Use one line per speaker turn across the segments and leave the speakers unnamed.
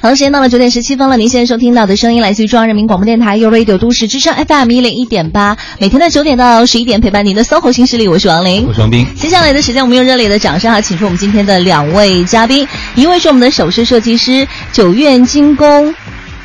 好的，时间到了九点十七分了。您现在收听到的声音来自于中央人民广播电台 u Radio 都市之声 FM 一零一点八，每天的九点到十一点陪伴您的搜 o 新势力，我是王琳，
我是王斌。
接下来的时间，我们用热烈的掌声哈，请出我们今天的两位嘉宾，一位是我们的首饰设计师九院精工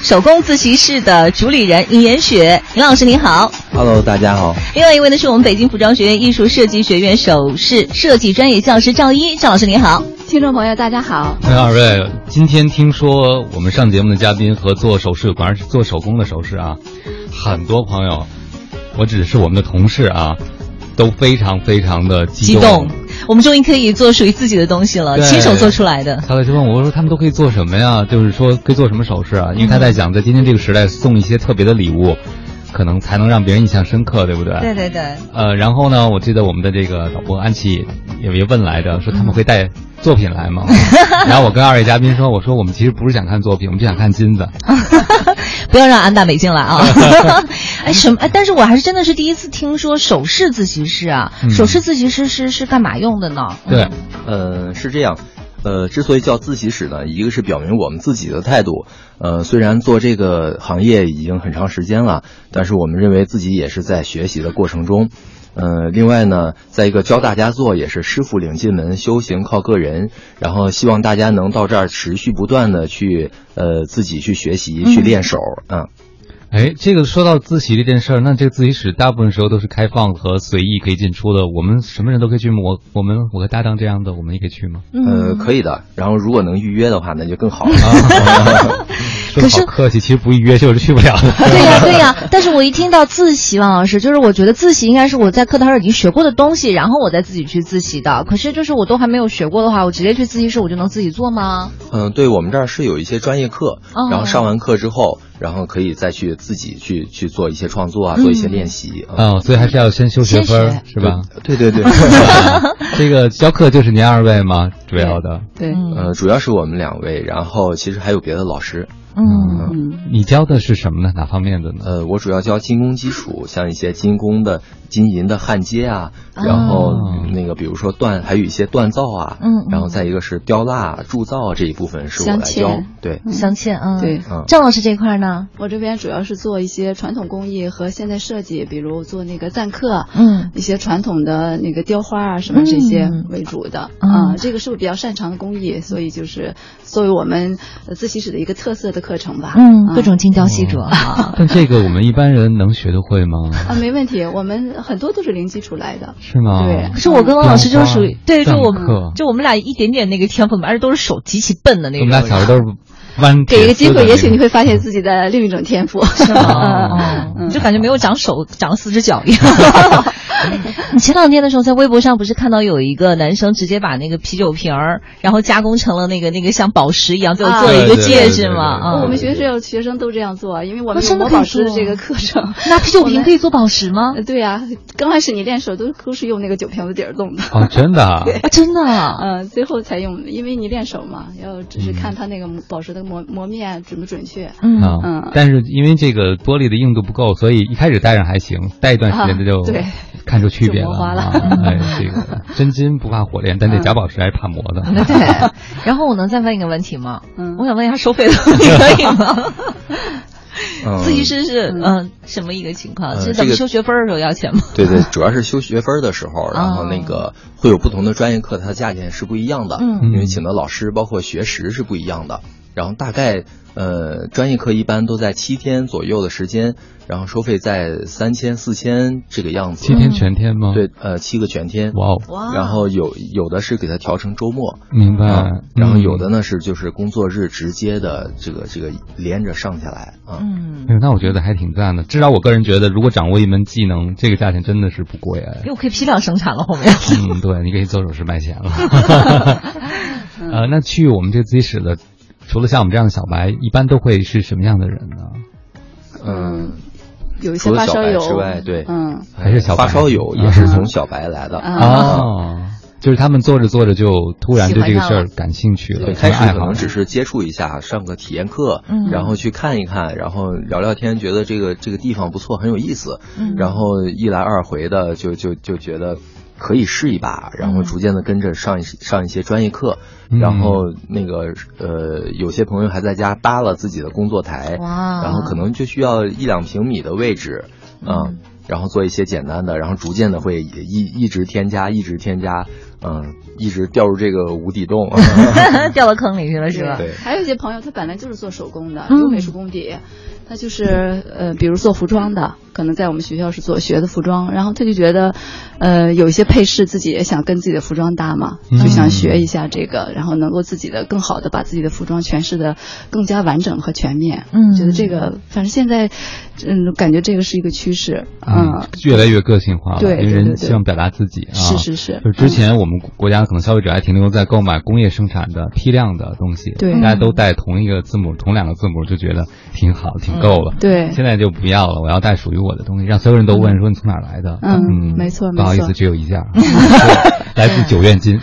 手工自习室的主理人尹延雪，尹老师您好。
Hello，大家好。
另外一位呢是我们北京服装学院艺术设计学院首饰设计专业教师赵一，赵老师您好。
听众朋友，大家好。
那哎二位，今天听说我们上节目的嘉宾和做首饰有关，是做手工的首饰啊，很多朋友，我只是我们的同事啊，都非常非常的激
动。激动我们终于可以做属于自己的东西了，亲手做出来的。
他来就问我说：“他们都可以做什么呀？就是说可以做什么首饰啊？”因为他在讲，在今天这个时代送一些特别的礼物。可能才能让别人印象深刻，对不对？
对对对。
呃，然后呢，我记得我们的这个导播安琪也也问来着，说他们会带作品来 吗？然后我跟二位嘉宾说，我说我们其实不是想看作品，我们就想看金 子。
不要让安大美进来啊！哎，什么？哎，但是我还是真的是第一次听说首饰自习室啊，嗯、首饰自习室是是干嘛用的呢？
对，
呃，是这样。呃，之所以叫自习室呢，一个是表明我们自己的态度。呃，虽然做这个行业已经很长时间了，但是我们认为自己也是在学习的过程中。呃，另外呢，在一个教大家做也是师傅领进门，修行靠个人。然后希望大家能到这儿持续不断的去呃自己去学习去练手啊。
哎、嗯，这个说到自习这件事儿，那这个自习室大部分时候都是开放和随意可以进出的，我们什么人都可以去吗？我我们我和搭档这样的，我们也可以去 吗？
嗯啊
呃，可以的。然后如果能预约的话，那就更好了。
可是客气，其实不预约就是去不 了了。
对呀、啊，对呀、啊。但是我一听到自习，王老师，就是我觉得自习应该是我在课堂上已经学过的东西，然后我再自己去自习的。可是就是我都还没有学过的话，我直接去自习室，我就能自己做吗？
嗯、呃，对我们这儿是有一些专业课，
哦
然后上完课之后，然后可以再去自己去去做一些创作啊，做一些练习
啊、嗯哦。所以还是要先修学分，是吧？
对对 对。
这个教课就是您二位吗？主要的。
对。
呃，主要是我们两位，然后其实还有别的老师。
嗯，
你教的是什么呢？哪方面的呢？
呃，我主要教金工基础，像一些金工的、金银的焊接啊，然后、哦、那个比如说锻，还有一些锻造
啊，嗯，
然后再一个是雕蜡、铸造啊这一部分是我来教，对，
镶嵌啊，
对。
郑老师这块呢，
嗯我这边主要是做一些传统工艺和现代设计，比如做那个錾刻，
嗯，
一些传统的那个雕花啊什么这些为主的
嗯
啊，这个是我比较擅长的工艺，所以就是作为我们呃自习室的一个特色的。课程吧，
嗯，各种精雕细琢 啊。
但这个我们一般人能学得会吗？
啊，没问题，我们很多都是零基础来的，
是吗？
对。
可是我跟王老师就是属于，对，就我们，就我们俩一点点那个天赋，而且都是手极其笨的那种。
我们俩小时候都是弯。
给一个机会，也许你会发现自己的另一种天赋，
是
哦
吗？嗯嗯，就感觉没有长手，长了四只脚一样。 你前两天的时候在微博上不是看到有一个男生直接把那个啤酒瓶儿，然后加工成了那个那个像宝石一样，最后做了一个戒指哦吗？啊，
我们学校学生都这样做，因为我们有磨宝石的这个课程。
拿啊啤酒瓶可以做宝石吗？
对呀，刚开始你练手都都是用那个酒瓶子底儿弄的。
哦，真的？
对，
啊真的。
嗯，最后才用，因为你练手嘛，要只
嗯
是看它那个宝石的磨磨面准不准确。
嗯
嗯。但是因为这个玻璃的硬度不够，所以一开始戴上还行，戴一段时间它就
啊对。
看出区别
了，了
啊、哎，这个真金不怕火炼，但这假宝石还是怕磨 的。
嗯
对，然后我能再问一个问题吗？嗯，我想问一下收费的问题可以 吗？自习室是嗯什么一个情
呃
况？是咱们修学分的时候要钱吗？
对对，主要是修学分的时候，然后那个会有不同的专业课，它的价钱是不一样的，因为请的老师包括学时是不一样的。然后大概呃专业课一般都在七天左右的时间，然后收费在三千四千这个样子。
七天全天吗？
对，呃七个全天。
哇
哦！
然后有有的是给它调成周末，
明白。
啊
嗯
然后有的呢是就是工作日直接的这个这个连着上下来啊。
嗯，
哎那我觉得还挺赞的。至少我个人觉得，如果掌握一门技能，这个价钱真的是不贵哎。
因为我可以批量生产了后 面。
嗯，对，你可以做首饰卖钱了。 呃，那去我们这自习室的。除了像我们这样的小白，一般都会是什么样的人呢？
嗯，
有一些发烧友
之外，对，
嗯，
还是小
发烧友也是从小白来的
啊。就是他们做着做着就突然对这个事儿感兴趣了，
开始可能只是接触一下，上个体验课，
嗯、
然后去看一看，然后聊聊天，觉得这个这个地方不错，很有意思，
嗯、
然后一来二回的就就就觉得。可以试一把，然后逐渐的跟着上一上一些专业课，然后那个呃，有些朋友还在家搭了自己的工作台，
哇
然后可能就需要一两平米的位置，嗯，然后做一些简单的，然后逐渐的会一一直添加，一直添加，嗯，一直掉入这个无底 洞。
掉到坑里去了是吧？
对
还有一些朋友，他本来就是做手工的，
嗯
有美术功底，他就是呃，比如做服装的，可能在我们学校是做学的服装，然后他就觉得，呃，有一些配饰自己也想跟自己的服装搭嘛，就想学一下这个，然后能够自己的更好的把自己的服装诠释的更加完整和全面。
嗯
觉得这个反正现在，嗯，感觉这个是一个趋势，
嗯，越来越个性化了，
对
因为
对对
人
对
希望表达自己啊。
是是是
就之前我们国家可能消费者还停留在购买工业生产的批量的东西，
对
大家都带同一个字母、同两个字母就觉得挺好、挺够了。
对
现在就不要了，我要带属于我的东西，让所有人都问说你从哪儿来的。
嗯没错
不好意
没
思，
错
只有一件 儿，对来自九院金。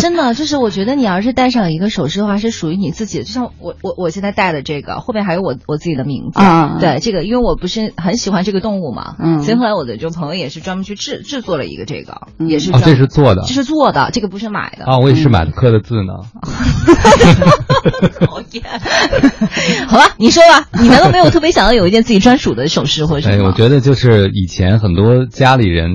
真的，就是我觉得你要是戴上一个首饰的话，是属于你自己的。就像我我我现在戴的这个，后面还有我我自己的名字。
啊
对这个，因为我不是很喜欢这个动物嘛，
嗯
所以后来我的就朋友也是专门去制制作了一个这个，
嗯
也是
哦
专，
这是做的
这。是做的，这个不是买的。
啊，我也是买了刻的字呢。
讨厌， 好吧，你说吧，你难道没有特别想要有一件自己专属的首饰或者什
哎，
么？
我觉得就是以前很多家里人，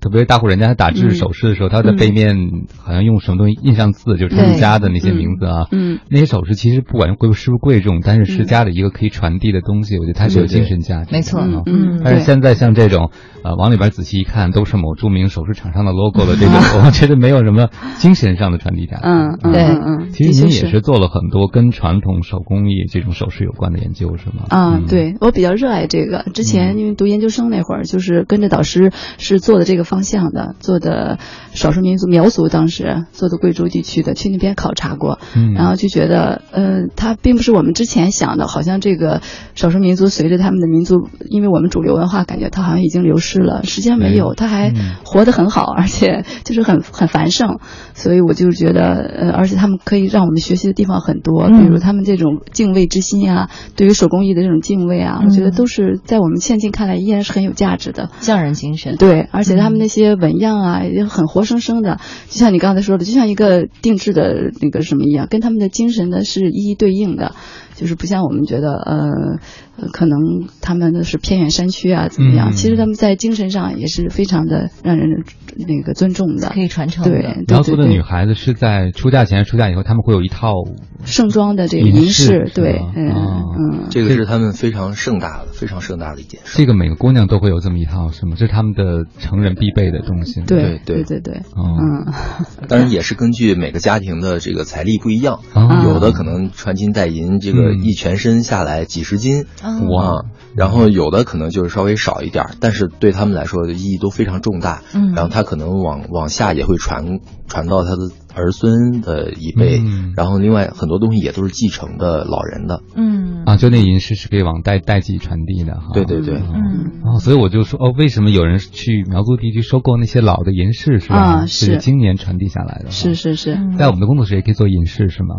特别是大户人家，他打制
嗯
首饰的时候，他的背面好像用什么东西印上字，就是他们
对
家的那些名字啊。
嗯嗯嗯
那些首饰其实不管贵是不是贵重，但是是家里一个可以传递的东西，我觉得它是有
对对
精神价值的。
没错
啊
嗯
但是
对
现在像这种，呃，往里边仔细一看，都是某著名首饰厂商的 logo 的这种， 我觉得没有什么精神上的传递价值。啊
嗯嗯
对
嗯嗯，
其
的
实
确
您也是做了很多跟传统手工艺这种首饰有关的研究，是吗？嗯
啊，对我比较热爱这个。之前因为读研究生那会儿，就是跟着导师是做的这个方向的，做的少数民族苗族，当时做的贵州地区的，去那边考察过，
嗯
然后就觉得，呃，它并不是我们之前想的，好像这个少数民族随着他们的民族，因为我们主流文化感觉它好像已经流失了，实际上没有，它还
嗯
活得很好，而且就是很很繁盛，所以我就觉得，呃，而且他们可以让我们学习的地方很多，
嗯
比如他们这种敬畏之心啊，对于手工艺的这种敬畏啊，我觉得
嗯
都是在我们现今看来依然是很有价值的。
匠人精神。
对，而且他们那些纹样啊，
嗯
也很活生生的，就像你刚才说的，就像一个定制的那个什么一样，跟他们的精神呢是一一对应的，就是不像我们觉得呃，呃可能他们是偏远山区啊怎么样，
嗯
其实他们在精神上也是非常的让人那个尊重的
可。以传承的。
对，对
苗
对
族
对，
的女孩子是在出嫁前、出嫁以后，她们会有一套
盛装的这个
银
银
饰
饰，
是
对
吧，
嗯
啊
嗯，
这个是他们非常盛大的、非常盛大的一件事。
这个每个姑娘都会有这么一套，是吗？这是她们的成人必备的东西吗。
对
对
对对，
哦
嗯，
当然也是根据每个家庭的这个财力不一样，
嗯
嗯
啊
有的可能穿金戴银，这个
嗯
一全身下来几十斤，
嗯
哇
啊，然后有的可能就是稍微少一点儿，但是对他们来说意义都非常重大。
嗯
然后他可能往往下也会传传到他的儿孙的一辈，
嗯
然后另外很多东西也都是继承的老人的。
嗯
啊，就那银饰是可以往代代际传递的哈。
对对对
哦
嗯
哦，所以我就说哦，为什么有人去苗族地区收购那些老的银饰是吧？
啊
这
是
经年传递下来的。
是。是是，
嗯
在我们的工作室也可以做银饰是吗？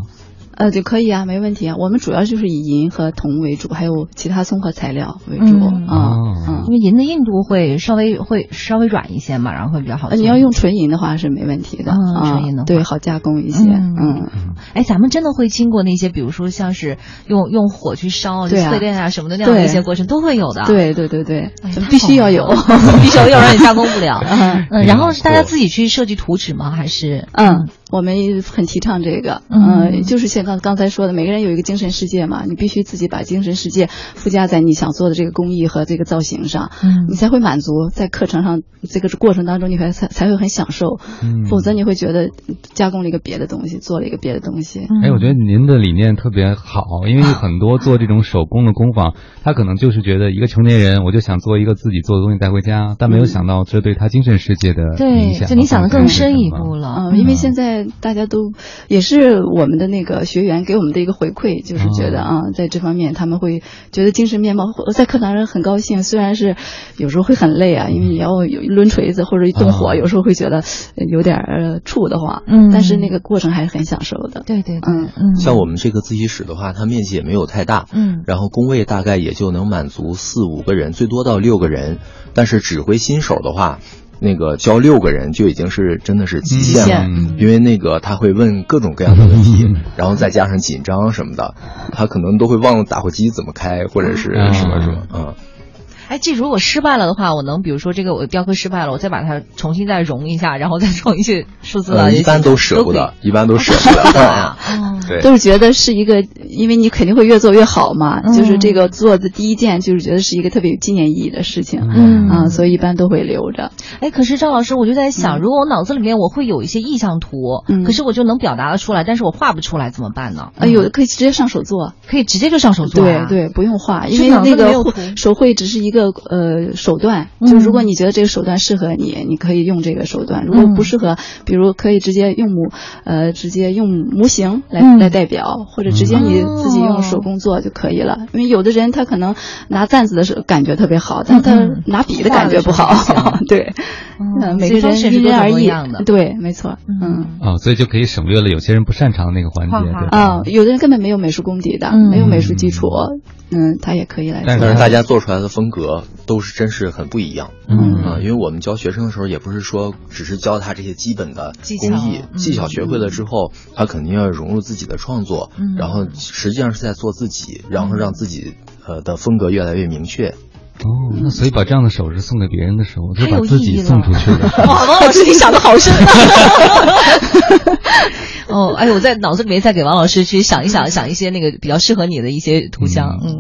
呃，就可以啊，没问题啊。我们主要就是以银和铜为主，还有其他综合材料为主
嗯
啊。
哦
嗯
因为银的硬度会稍微会稍微软一些嘛，然后会比较好做。
呃，你要用纯银的话是没问题的
嗯
啊，
纯银的话
对，好加工一些。
嗯
嗯，
哎，咱们真的会经过那些，比如说像是用用火去烧就
对啊
淬炼啊什么的那样的
对
一些过程，都会有的。，
对对对对
哎呀，
必须要有。
必须要有，让你加工不了。 嗯，然后是大家
没错
自己去设计图纸吗？还是
嗯，我们很提倡这个，
嗯
嗯，就是像刚刚才说的，每个人有一个精神世界嘛，你必须自己把精神世界附加在你想做的这个工艺和这个造型上，
嗯
你才会满足，在课程上这个过程当中，你会才才会很享受，
嗯
否则你会觉得加工了一个别的东西，做了一个别的东西，
嗯
哎，我觉得您的理念特别好，因为很多做这种手工的工坊，他可能就是觉得一个成年人，我就想做一个自己做的东西带回家，但没有想到这对他精神世界的
呃
对，
影响。
啊
啊
就你想的更深一
了。
步了。
嗯，因为现在大家都也是我们的那个学员给我们的一个回馈，就是觉
嗯
得啊，在这方面他们会觉得精神面貌，在课堂上很高兴，虽然是有时候会很累啊，
嗯
因为你要有抡锤子或者动火，
啊
有时候会觉得呃有点呃怵得慌，
嗯
但是那个过程还是很享受的，
对对对，
嗯
嗯
像我们这个自习室的话，它面积也没有太大，
嗯
然后工位大概也就能满足四五个人，最多到六个人。但是指挥新手的话，那个教六个人就已经是真的是极限了，
嗯极限
因为那个他会问各种各样的问题，然后再加上紧张什么的，他可能都会忘了打火机怎么开或者是什么什么，嗯，
哎，这如果失败了的话，我能比如说这个我雕刻失败了，我再把它重新再融一下，然后再创一些数字啊，
呃一般
都
都舍不得
可，
一般都舍不 得，啊
以。哦
对，
都是觉得是一个，因为你肯定会越做越好嘛，
嗯
就是这个做的第一件，就是觉得是一个特别有纪念意义的事情，
嗯
啊，所以一般都会留着。
哎，可是赵老师，我就在想，如果我脑子里面我会有一些意向图，
嗯
可是我就能表达的出来，但是我画不出来怎么办呢？嗯
啊，有的可以直接上手做，
可以直接就上手做、
对
啊。
对，不用画，因
是
为
脑子
那
里没有
个
图
手绘只是一个呃手段，
嗯
就如果你觉得这个手段适合你，你可以用这个手段；如
嗯
果不适合，比如可以直接用模呃直接用模型来、
嗯哦
来代表，或者直接你自己用手工做就可以了。因为有的人他可能拿赞子的时候感觉特别好，但他
嗯
拿笔的感觉不
画的时候
好
不行，
对，
嗯
呃
所以
每个
方
人
式也是
因
多
人
种
而
多
异
样的，
对，没错，嗯
嗯，
啊，所以就可以省略了有些人不擅长的那个环节，
画画
对吧
啊，？有的人根本没有美术功底的，
嗯
没有美术基础，嗯，他也可以来做。
但
但是大家做出来的风格都是真是很不一样。啊，
嗯
因为我们教学生的时候，也不是说只是教他这些基本的
技巧
工艺
嗯
技巧，学会了之后，他肯定要融入自己的创作
嗯，
然后实际上是在做自己，然后让自己呃的风格越来越明确。
哦，那所以把这样的首饰送给别人的时候，就
太
把
有
自
意义
己
了
送出去了。
哇，王老师，你想的好深。哦，哎，我在脑子里面再给王老师去想一想，想一些那个比较适合你的一些图像，嗯